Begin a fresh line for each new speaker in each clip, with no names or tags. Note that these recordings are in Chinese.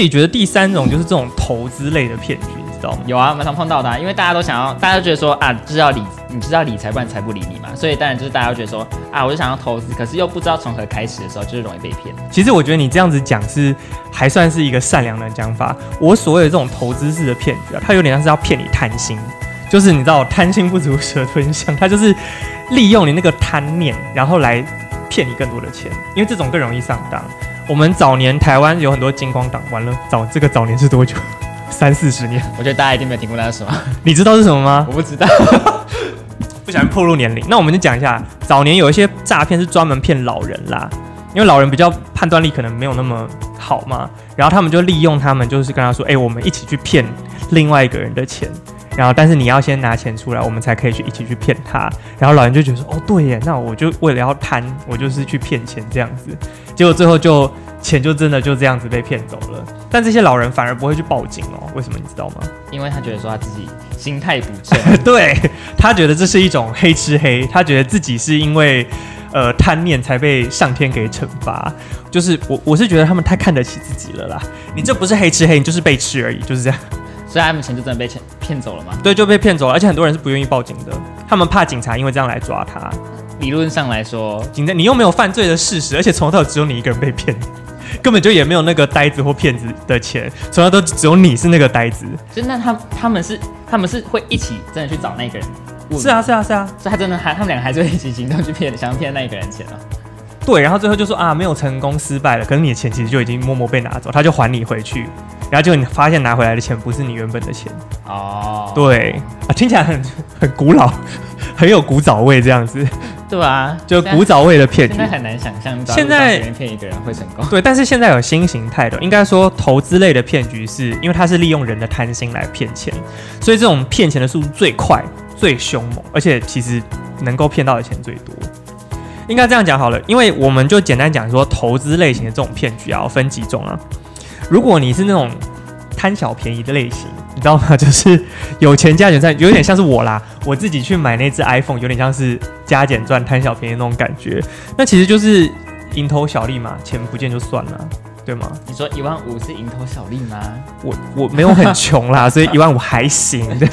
己觉得第三种就是这种投资类的骗局，你知道吗？
有啊，蛮常碰到的、啊，因为大家都想要，大家都觉得说啊，就是要理，你知道理财，不然财不理你嘛。所以当然就是大家都觉得说啊，我就想要投资，可是又不知道从何开始的时候，就是容易被骗。
其实我觉得你这样子讲是还算是一个善良的讲法。我所谓的这种投资式的骗局啊，它有点像是要骗你贪心，就是你知道贪心不足蛇吞象，它就是利用你那个贪念，然后来骗你更多的钱，因为这种更容易上当。我们早年台湾有很多金光党，完了早这个早年是多久？三四十年，
我觉得大家一定没有听过那是什么，
你知道是什么吗？
我不知道。
不小心暴露年龄。那我们就讲一下，早年有一些诈骗是专门骗老人啦，因为老人比较判断力可能没有那么好嘛，然后他们就利用他们，就是跟他说，哎、我们一起去骗另外一个人的钱。然后，但是你要先拿钱出来，我们才可以去一起去骗他。然后老人就觉得说，哦，对耶，那我就为了要贪，我就是去骗钱这样子。结果最后就钱就真的就这样子被骗走了。但这些老人反而不会去报警哦，为什么你知道吗？
因为他觉得说他自己心态不正，
对他觉得这是一种黑吃黑，他觉得自己是因为呃贪念才被上天给惩罚。就是我我是觉得他们太看得起自己了啦，你这不是黑吃黑，你就是被吃而已，就是这样。
所以他们钱就真的被骗骗走了嘛。
对，就被骗走了，而且很多人是不愿意报警的，他们怕警察因为这样来抓他。
理论上来说，
警察，你又没有犯罪的事实，而且从头到尾只有你一个人被骗。根本就也没有那个呆子或骗子的钱，从来都只有你是那个呆子。
就那他他们是他们是会一起真的去找那个人问，
是啊，，是啊，是啊。
所以他真的还他们两个还是会一起行动去骗，想要骗那一个人钱了、
对，然后最后就说啊，没有成功，失败了。可是你的钱其实就已经默默被拿走，他就还你回去，然后结果你发现拿回来的钱不是你原本的钱。
哦，
对啊，听起来很很古老， 很有古早味这样子，
对啊，
就
现在
古早味的骗局
现。在很难想象到
现在
随便骗一个人会成功。
对，但是现在有新形态的，应该说投资类的骗局是，因为它是利用人的贪心来骗钱，所以这种骗钱的速度最快、最凶猛，而且其实能够骗到的钱最多。应该这样讲好了，因为我们就简单讲说投资类型的这种骗局啊，分几种啊。如果你是那种贪小便宜的类型，你知道吗？ 就是有钱加减赚，有点像是我啦，我自己去买那只 iPhone，有点像是加减赚、贪小便宜那种感觉。那其实就是蝇头小利嘛，钱不见就算了，对吗？
你说一万五是蝇头小利吗？
我我没有很穷 啦，所以一万五还行。对，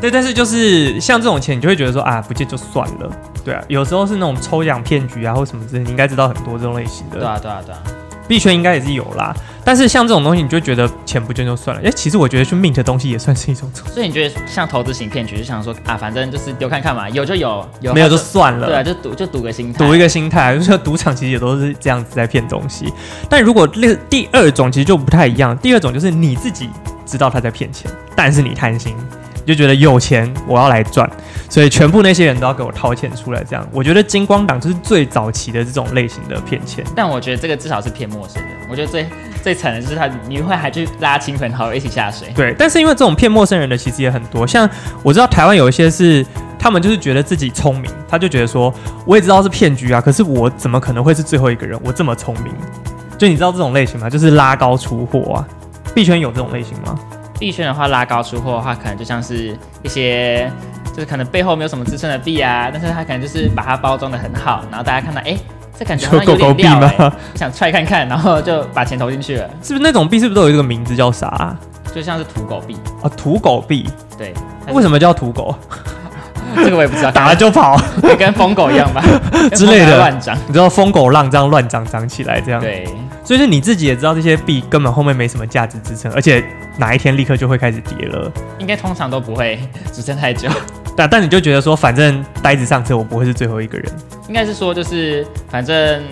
对，但是就是像这种钱，你就会觉得说啊，不见就算了。对啊，有时候是那种抽奖骗局啊，或什么之类，你应该知道很多这种类型的。
对啊，对啊，对啊，
币圈应该也是有啦，但是像这种东西，你就觉得钱不见就算了。哎，其实我觉得去 mint 的东西也算是一种，
所以你觉得像投资型骗局，就想说啊，反正就是丢看看嘛，有就有，有
没有就算了。
对啊，就赌就赌个心态，
赌一个心态， 就是赌场其实也都是这样子在骗东西。但如果第第二种其实就不太一样，第二种就是你自己知道他在骗钱，但是你贪心，你就觉得有钱我要来赚，所以全部那些人都要给我掏钱出来。这样，我觉得金光党就是最早期的这种类型的骗钱。
但我觉得这个至少是骗陌生人。我觉得最最惨的就是他，你会还去拉亲朋好友一起下水。
对，但是因为这种骗陌生人的其实也很多，像我知道台湾有一些是他们就是觉得自己聪明，他就觉得说我也知道是骗局啊，可是我怎么可能会是最后一个人？我这么聪明， 就你知道这种类型吗？就是拉高出货啊，币圈有这种类型吗？
币圈的话，拉高出货的话，可能就像是一些就是可能背后没有什么支撑的币啊，但是他可能就是把它包装的很好，然后大家看到哎、诶这感觉好像有
狗狗
点
币
料、
吗
欸，想踹看看，然后就把钱投进去了，
是不是那种币是不是都有一个名字叫啥啊？
就像是土狗币。
啊土狗币？
对，
为什么叫土狗？
么这个我也不知道，
打了就跑，
可能跟疯狗一样 吧
之类的
跟疯狗乱长。
你知道疯狗浪这样乱涨涨起来这样。
对，
所以是你自己也知道这些币根本后面没什么价值支撑，而且哪一天立刻就会开始跌了。
应该通常都不会支撑太久。
但但你就觉得说，反正呆子上车，我不会是最后一个人。
应该是说就是反正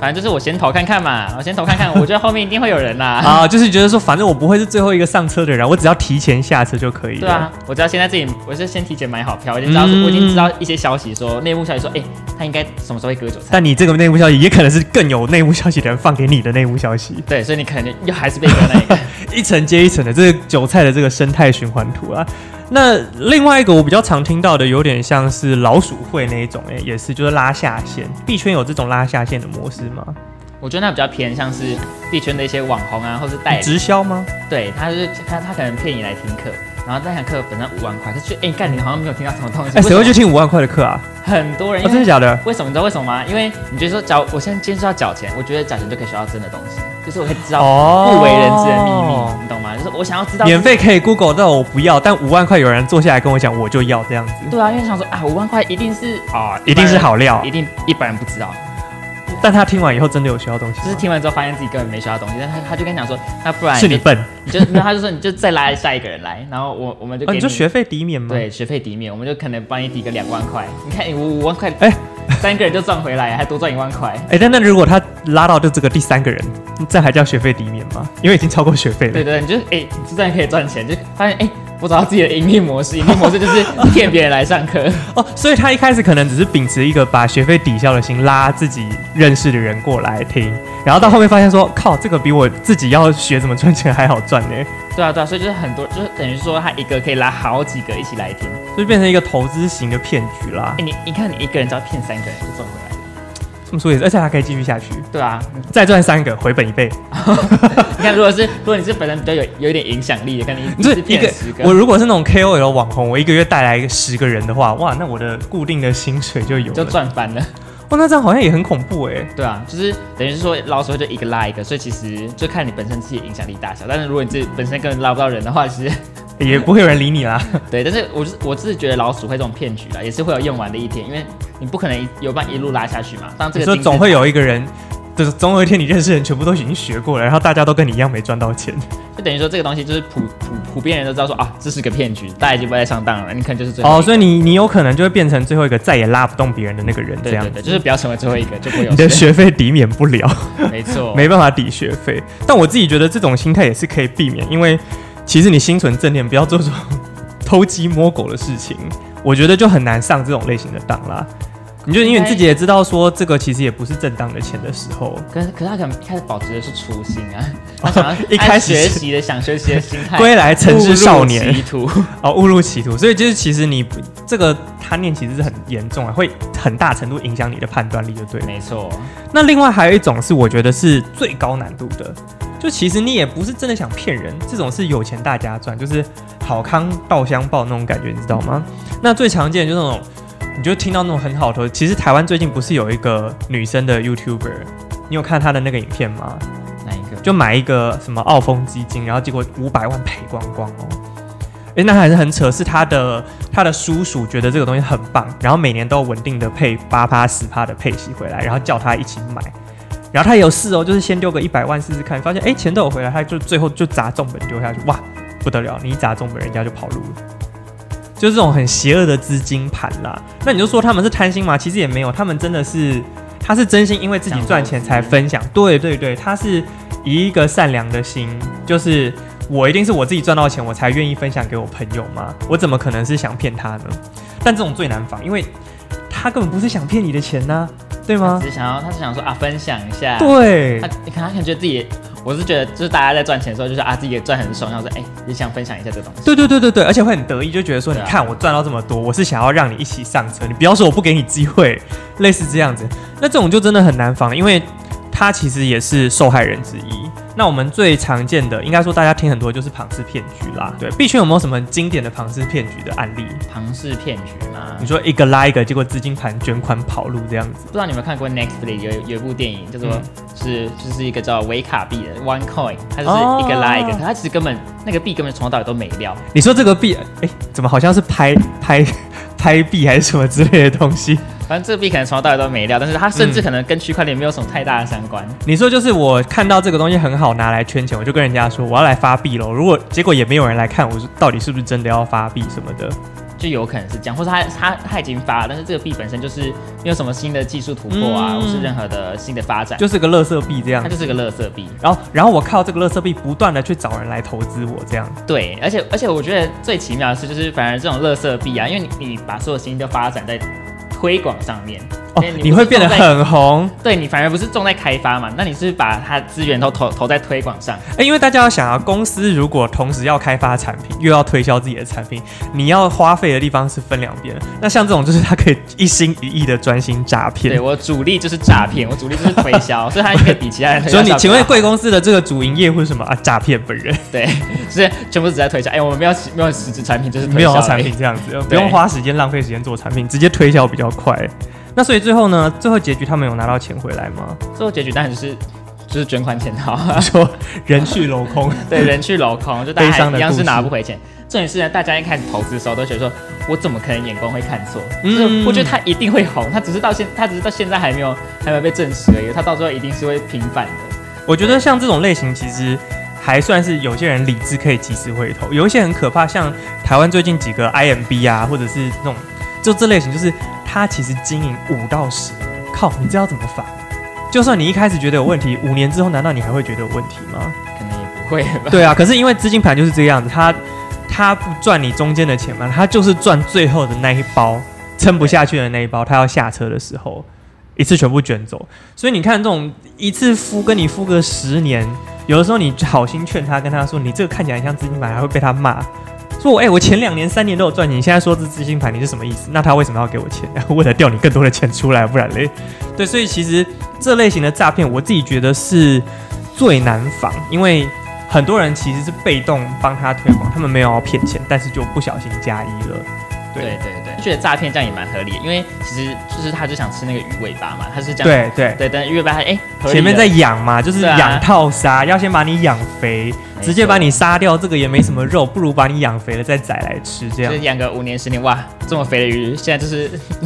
反正就是我先投看看嘛，我先投看看，我觉得后面一定会有人啦。
啊，就是觉得说，反正我不会是最后一个上车的人，我只要提前下车就可以了。
对啊，我知道现在自己我是先提前买好票，我已经知道说、
嗯
我已经知道一些消息说内幕消息说，哎、他应该什么时候会割韭菜？
但你这个内幕消息，也可能是更有内幕消息的人放给你的内幕消息，
对，所以你可能就又还是被割那一个。
一层接一层的，这个韭菜的这个生态循环图啊。那另外一个我比较常听到的，有点像是老鼠会那一种、欸，也是就是拉下线，币圈有这种拉下线的模式吗？
我觉得那比较偏向是币圈的一些网红啊，或是代理，
直销吗？
对，他就是他他可能骗你来听课，然后那堂课本来五万块，可是哎，干、你好像没有听到什么东西。
哎，谁会
为什
去
么
听五万块的课啊？
很多人
哦，
因为
真的假的？
为什么？你知道为什么吗？因为你觉得说缴，我现在今天说要缴钱，我觉得缴钱就可以学到真的东西，就是我可以知道
哦
不为人知的秘密，你懂吗？就是我想要知道
免。费可以 Google 到我不要，但五万块有人坐下来跟我讲我就要这样子，
对啊，因为想说啊，五万块一定是啊，
一定是好
一般
料
人，一。定一般人不知道。
但他听完以后真的有学到东西吗，
就是听完之后发现自己根本没学到东西，但他他就跟你讲说，那不然
是
你
你
就
笨
你就没有，他就说你就再拉下一个人来，然后我我们就
哦，
给
你说学费抵免吗？，
对学费抵免，我们就可能帮你抵个两万块，你看我五万块，
哎
三个人就赚回来，还多赚一万块。
哎、但那如果他拉到就这个第三个人，这还叫学费抵免吗？因为已经超过学费了
对。对，对你就是哎，你这样可以赚钱，就发现哎、我找到自己的盈利模式，盈利模式就是骗别人来上课。
哦，所以他一开始可能只是秉持一个把学费抵消的心，拉自己认识的人过来听，然后到后面发现说，靠，这个比我自己要学怎么赚钱还好赚呢，
对啊对啊，所以就是很多，就是等于说他一个可以拉好几个一起来听。
所以变成一个投资型的骗局啦
哎、。你你看你一个人只要骗三个人就赚回来了。
这
哎
么说也是，而且还可以继续下去，
对啊，
再赚三个回本一倍。
你看如果是如果你是本身比较有有一点影响力的，看你
你
你
这
是
一
骗
个
十 个，
我如果是那种 KOL 网红，我一个月带来十个人的话，哇，那我的固定的薪水就有
就
了。
赚翻了。
哇，那这样好像也很恐怖哎、
对啊，就是等于是说老手会就一个拉一个，所以其实就看你本身自己的影响力大小。但是如果你自己本身根本拉不到人的话，其实
也不会有人理你啦。
对，但是我就是我自己觉得老鼠会这种骗局啦，啊也是会有用完的一天，因为你不可能一有办一路拉下去嘛。当 这
你
个
说
金字
总会有一个人，就是总有一天你认识的人全部都已经学过了，然后大家都跟你一样没赚到钱。
就等于说这个东西就是普普普遍人都知道说啊，这是个骗局，大家已经不会再上当了，你可能就是最后
哦，
一个
所以你你有可能就会变成最后一个再也拉不动别人的那个人，这
对
样
对对，就是不要成为最后一个， 就不会有
你的
事。
学费抵免不了，
没错，
没办法抵学费。但我自己觉得这种心态也是可以避免，因为其实你心存正念，不要做这种偷鸡摸狗的事情，我觉得就很难上这种类型的当啦。你就因为你自己也知道说这个其实也不是正当的钱的时候，
可是可是他可能一开始保持的是初心啊，他想要
哦 一开始
按学
是
习的想学习的心态，
归来曾是少年
误入。歧途。
哦，误入歧途，所以就是其实你这个贪念其实是很严重啊，会很大程度影响你的判断力，就对了。
没错，
那另外还有一种是我觉得是最高难度的，就其实你也不是真的想骗人，这种是有钱大家赚，就是好康稻香报那种感觉，你知道吗？那最常见的就是那种，你就听到那种很好的，其实台湾最近不是有一个女生的 YouTuber，你有看她的那个影片吗？
哪一个？
就买一个什么澳丰基金，然后结果五百万赔光光哦。诶，那还是很扯，是他的他的叔叔觉得这个东西很棒，然后每年都有稳定的配八趴十趴的配息回来，然后叫他一起买，然后他也有试哦，就是先丢个一百万试试看，发现诶钱都有回来，他就最后就砸重本丢下去，哇不得了，你一砸重本人家就跑路了，就是这种很邪恶的资金盘啦。那你就说他们是贪心吗？其实也没有，他们真的是他是真心因为自己赚钱才分享，对对对，他是以一个善良的心，就是我一定是我自己赚到钱，我才愿意分享给我朋友嘛，我怎么可能是想骗他呢？但这种最难防，因为他根本不是想骗你的钱呐、对
他
吗
只？是想要，他只想说啊，分享一下。
对
他，你看他可能觉得自己，我是觉得就是大家在赚钱的时候，就是啊自己也赚很爽，然后说哎、也想分享一下这东西。
对对对对对，而且会很得意，就觉得说，你
对啊
看我赚到这么多，我是想要让你一起上车，你不要说我不给你机会，类似这样子。那这种就真的很难防，因为他其实也是受害人之一。那我们最常见的，应该说大家听很多就是庞氏骗局啦。对，必须有没有什么经典的庞氏骗局的案例？
庞氏骗局嘛，
你说一个拉一个，结果资金盘卷款跑路这样子，
不知道你有没有看过 Nextly 有有一部电影叫做、
嗯
是就是一个叫维卡币的 One Coin，它就是一个拉一个，
哦
可它其实根本那个币根本从头到尾都没料，
你说这个币，哎，怎么好像是拍拍 拍币还是什么之类的东西？
反正这个币可能从头到尾都没料，但是它甚至可能跟区块链没有什么太大的相关。
你说就是我看到这个东西很好拿来圈钱，我就跟人家说我要来发币喽。如果结果也没有人来看，我说到底是不是真的要发币什么 的？
就有可能是这样，或者它它它已经发了，但是这个币本身就是没有什么新的技术突破啊，
嗯
或是任何的新的发展，
就是个垃圾币这样
它。就是个垃圾币。
然后，然后我靠这个垃圾币不断的去找人来投资我这样。
对，而且而且我觉得最奇妙的是，就是反而这种垃圾币啊，因为你你把所有心都发展在推广上面，
哦
因为，
你
不
会
是
变得
重在
很红，
对你反而不是重在开发嘛，那你是把它资源都投投 在推广上，
哎、因为大家要想啊，公司如果同时要开发产品，又要推销自己的产品，你要花费的地方是分两边的。那像这种就是他可以一心一意的专心诈
对
骗。
我主力就是诈骗，我主力就是推销，所以它应该比其他人推销
所以
效果
你
好。
请问贵公司的这个主营业务是什么啊？诈骗本人
对，就是全部只在推销。哎、我们没有没有实质产品，就是推
没有
销
要
而已
产品。这样 子，呃不用花时间浪费时间做产品，直接推销比较快。那所以最后呢，最后结局他们有拿到钱回来 吗？
最后结局当然就是就是卷款潜逃，
说人去楼空，
对，人去楼空，就大家
悲伤
还
的
一样
故
是
事
拿不回钱。重点是呢，大家一开始投资的时候都觉得说，我怎么可能眼光会看错？
嗯
就是我觉得他一定会红，他只是到现他只是到现在还没有还没有被证实而已，他到最后一定是会平反的。
我觉得像这种类型，其实还算是有些人理智可以及时回头，有一些很可怕，像台湾最近几个 IMB 啊，或者是那种就这类型，就是他其实经营五到十年，靠，你知道怎么反？就算你一开始觉得有问题，五年之后难道你还会觉得有问题吗？
可能也不会吧。
对啊，可是因为资金盘就是这样子，他他不赚你中间的钱嘛，他就是赚最后的那一包，撑不下去的那一包，他要下车的时候一次全部卷走。所以你看这种一次敷跟你敷个十年，有的时候你好心劝他，跟他说你这个看起来像资金盘，还会被他骂。说我哎、我前两年、三年都有赚钱，你现在说这资金盘，你是什么意思？那他为什么要给我钱？ 为了调你更多的钱出来，不然嘞？对，所以其实这类型的诈骗，我自己觉得是最难防，因为很多人其实是被动帮他推广，他们没有要骗钱，但是就不小心加一了。对
对对对，觉得诈骗这样也蛮合理的，因为其实就是他就想吃那个鱼尾巴嘛，他是这样。
对对，
对，但鱼尾巴它哎，合理
前面
的
在养嘛，就是
对啊
养套杀，要先把你养肥，
没
直接把
错
你杀掉，这个也没什么肉，不如把你养肥了再宰来吃，这样。
就是养个五年十年，哇，这么肥的鱼，现在就是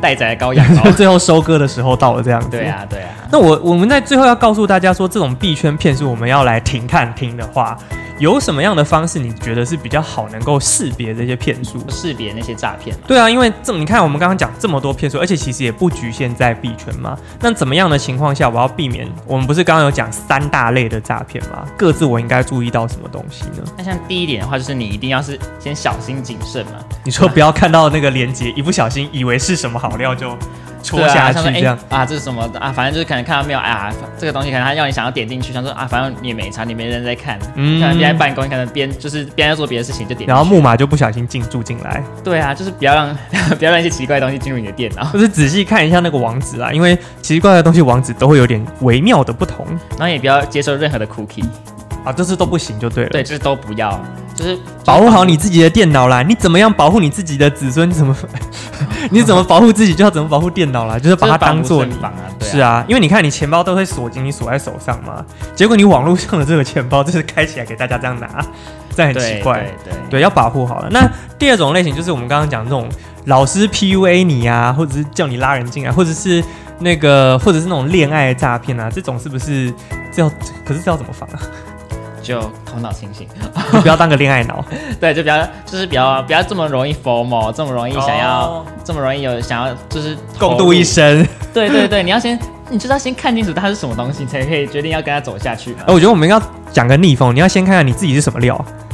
待宰羔羊 哦
最后收割的时候到了，这样子。
对啊，对啊，
那我我们在最后要告诉大家说，这种币圈骗术我们要来停看听的话，有什么样的方式你觉得是比较好能够识别这些骗术？
识别那些诈骗嘛。
对啊，因为这么你看我们刚刚讲这么多骗术，而且其实也不局限在币圈嘛。那怎么样的情况下我要避免？我们不是刚刚有讲三大类的诈骗吗？各自我应该注意到什么东西呢？
那像第一点的话，就是你一定要是先小心谨慎嘛。
你说不要看到那个链接，一不小心以为是什么好料就戳
对
下
啊
去
像说
这样。
哎啊，这是什么啊？反正就是可能看到没有啊，这个东西可能他要你想要点进去，想说啊，反正你也没查，你没人在看，
嗯
可能边在办公，可能边就是边在做别的事情就点进去。
然后木马就不小心进驻进来，
对啊，就是不要让 不要让一些奇怪的东西进入你的电脑。
就是仔细看一下那个网址啦，因为奇怪的东西网址都会有点微妙的不同
然后也不要接受任何的 cookie，
啊，这次都不行就对了。
对，就是都不要，就是
保护好你自己的电脑啦！你怎么样保护你自己的子孙？你怎么 你怎么保护自己，就要怎么保护电脑啦！就是把它当做你
你。啊，对啊
是啊，因为你看你钱包都会锁紧，你锁在手上嘛。结果你网络上的这个钱包就是开起来给大家这样拿，这样很
对
奇怪。
对对
对，要保护好了。那第二种类型就是我们刚刚讲这种老师 PUA 你啊，或者是叫你拉人进来，或者是那个，或者是那种恋爱诈骗啊，这种是不是这要？可是这要怎么防啊？
就头脑清醒，
你不要当个恋爱脑，
对，就比较就是比较不要这么容易 formal，这么容易想
哦
要、这么容易有想要就是
共度一
生，
生。
对对对，你要先你就是要先看清楚它是什么东西，才可以决定要跟他走下去嘛。
哎、我觉得我们要讲个逆风，你要先看看你自己是什么料，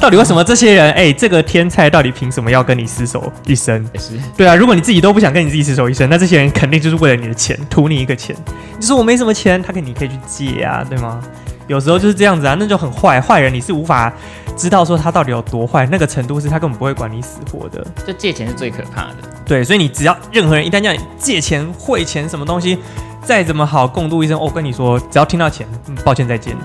到底为什么这些人，哎、这个天才到底凭什么要跟你厮守一生？
也是，
对啊，如果你自己都不想跟你自己厮守一生，那这些人肯定就是为了你的钱，图你一个钱。你说我没什么钱，他跟你可以去借啊，对吗？有时候就是这样子啊，那就很坏，坏人你是无法知道说他到底有多坏，那个程度是他根本不会管你死活的。
就借钱是最可怕的。
对，所以你只要任何人一旦叫你借钱、汇钱什么东西，再怎么好共度一生，哦我、跟你说，只要听到钱，嗯抱歉再见。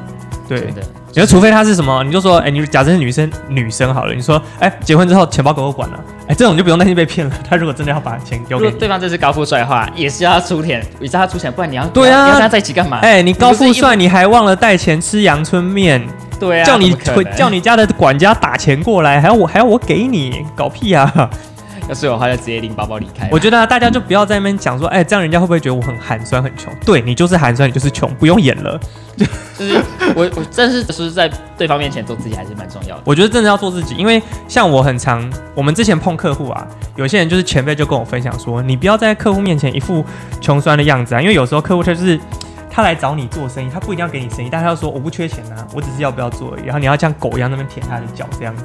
对，
真的，
你说除非他是什么，你就说，哎、你假设是女生女生好了，你说，哎、结婚之后钱包给我管了，哎、这种就不用担心被骗了。他如果真的要把钱
如
丢
果
给你，
对方这是高富帅的话，也是要他出钱，也是要他出钱，不然你要
对啊
你要跟他在一起干嘛？
哎、你高富
你不是
帅，你还忘了带钱吃阳春面，
对啊，
叫你
怎么可能
叫你家的管家打钱过来，还要我还要我给你，搞屁
哎
啊！
要是我的话就直接拎包包离开。
我觉得啊、大家就不要在那边讲说，哎、这样人家会不会觉得我很寒酸、很穷？对你就是寒酸，你就是穷，不用演了。
就是我我，但是就是在对方面前做自己还是蛮重要的。
我觉得真的要做自己，因为像我很常，我们之前碰客户啊，有些人就是前辈就跟我分享说，你不要在客户面前一副穷酸的样子啊，因为有时候客户他就是他来找你做生意，他不一定要给你生意，但他要说我不缺钱啊，我只是要不要做而已，然后你要像狗一样那边舔他的脚这样子，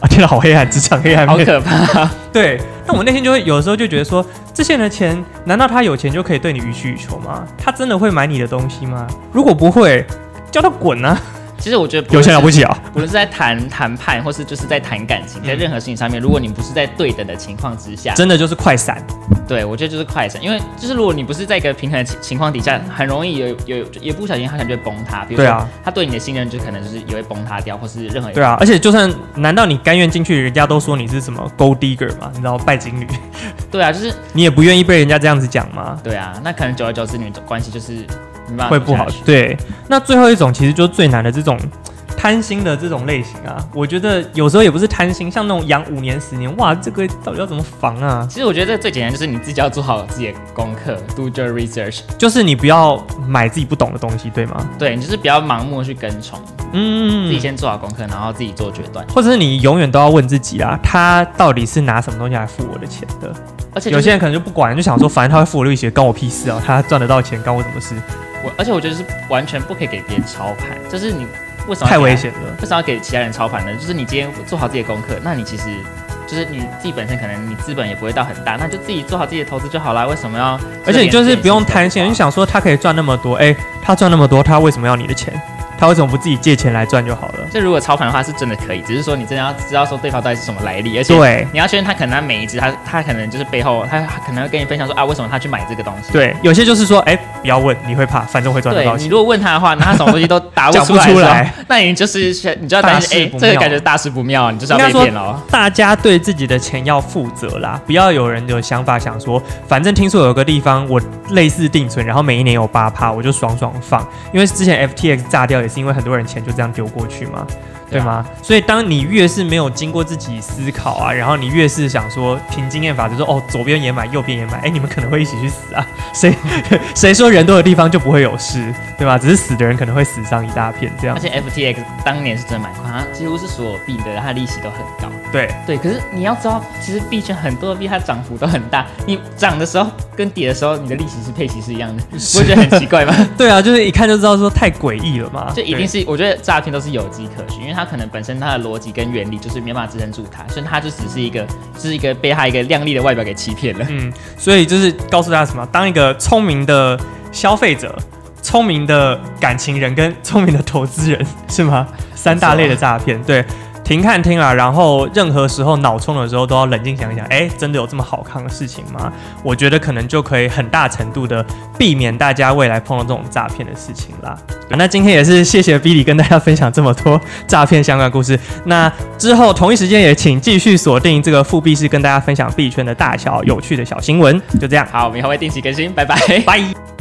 啊，天哪， 好黑暗，职场黑暗
好
面。
可怕。
对，那我内心就会有时候就觉得说，这些人的钱，难道他有钱就可以对你予取予求吗？他真的会买你的东西吗？如果不会，叫他滚啊！
其实我觉得不
有
论
钱了
是
不起啊！
不论是在谈谈判，或是就是在谈感情，在
嗯
任何事情上面，如果你不是在对等的情况之下，
真的就是快闪，
对我觉得就是快闪，因为就是如果你不是在一个平衡的情情况底下，很容易有有也不小心，他可能就会崩塌。比如
对
说
啊
他对你的信任，就可能就是也会崩塌掉，或是任何
对啊，而且就算难道你甘愿进去，人家都说你是什么 gold digger 嘛，你知道拜金女，
对啊，就是
你也不愿意被人家这样子讲吗？
对啊，那可能久而久之，你们的关系就是没办法
会不好
走下去。。
对，那最后一种其实就是最难的这种贪心的这种类型啊，我觉得有时候也不是贪心，像那种养五年十年，哇，这个到底要怎么防啊？
其实我觉得这最简单就是你自己要做好自己的功课，do your research。
就是你不要买自己不懂的东西，对吗？
对你就是不要盲目地去跟从，自己
嗯，
先做好功课，然后自己做决断。
或者是你永远都要问自己啊，他到底是拿什么东西来付我的钱的？
而且、就是、
有些人可能就不管，就想说反正他会付我利息，关我屁事啊，他赚得到钱关我什么事？
我，而且我觉得是完全不可以给别人操盘，就是你为什么要
太
给他
危？险了。
为什么要给其他人操盘呢？就是你今天做好自己的功课，那你其实就是你自己本身可能你资本也不会到很大，那就自己做好自己的投资就好啦。为什么要？
而且你就是不用贪心，你
这个
就想说他可以赚那么多，哎、他赚那么多，他为什么要你的钱？他为什么不自己借钱来赚就好了？
就如果操盘的话是真的可以，只是说你真的要知道说对方到底是什么来历，而且
对
你要确认他可能他每一只他他可能就是背后他他可能会跟你分享说啊为什么他去买这个东西。
对，有些就是说，哎、不要问，你会怕，反正会赚得
对
到
你
钱。
如果问他的话，那他什么东西都答
讲
不
不
出来的时
出
候
来，
那你就是你就要担心
大事
哎、
不
这个
妙
感觉大事不妙，你就是要
应该
被
说
骗了哦。
大家对自己的钱要负责啦，不要有人有想法想说，反正听说有个地方我类似定存，然后每一年有八趴，我就爽爽放。因为之前 FTX 炸掉也是因为很多人钱就这样丢过去嘛，对
对啊
吗？所以当你越是没有经过自己思考啊，然后你越是想说凭经验法则说哦左边也买右边也买，哎你们可能会一起去死啊， 谁谁说人多的地方就不会有事，对吧？只是死的人可能会死伤一大片这样
而，且 FTX 当年是真的蛮快，它几乎是所有币的它利息都很高。
对。
对，可是你要知道，其实币圈很多的币它涨幅都很大，你涨的时候跟跌的时候，你的利息是配息是一样的，你不会觉得很奇 怪吗？
对啊，就是一看就知道说太诡异了嘛，
就一
对
定是，我觉得诈骗都是有迹可循，因为它可能本身它的逻辑跟原理就是没办法支撑住它，所以它就只是一个，就是一个被它一个靓丽的外表给欺骗了。
嗯，所以就是告诉大家什么，当一个聪明的消费者、聪明的感情人跟聪明的投资人是吗？三大类的诈骗，对。停看听啊，然后任何时候脑冲的时候都要冷静想一想，哎，真的有这么好看的事情吗？我觉得可能就可以很大程度的避免大家未来碰到这种诈骗的事情啦。啊那今天也是谢谢 Billy 跟大家分享这么多诈骗相关的故事。那之后同一时间也请继续锁定这个复币室，跟大家分享币圈的大小有趣的小新闻。就这样，
好，我们以后会定期更新，拜拜。
拜。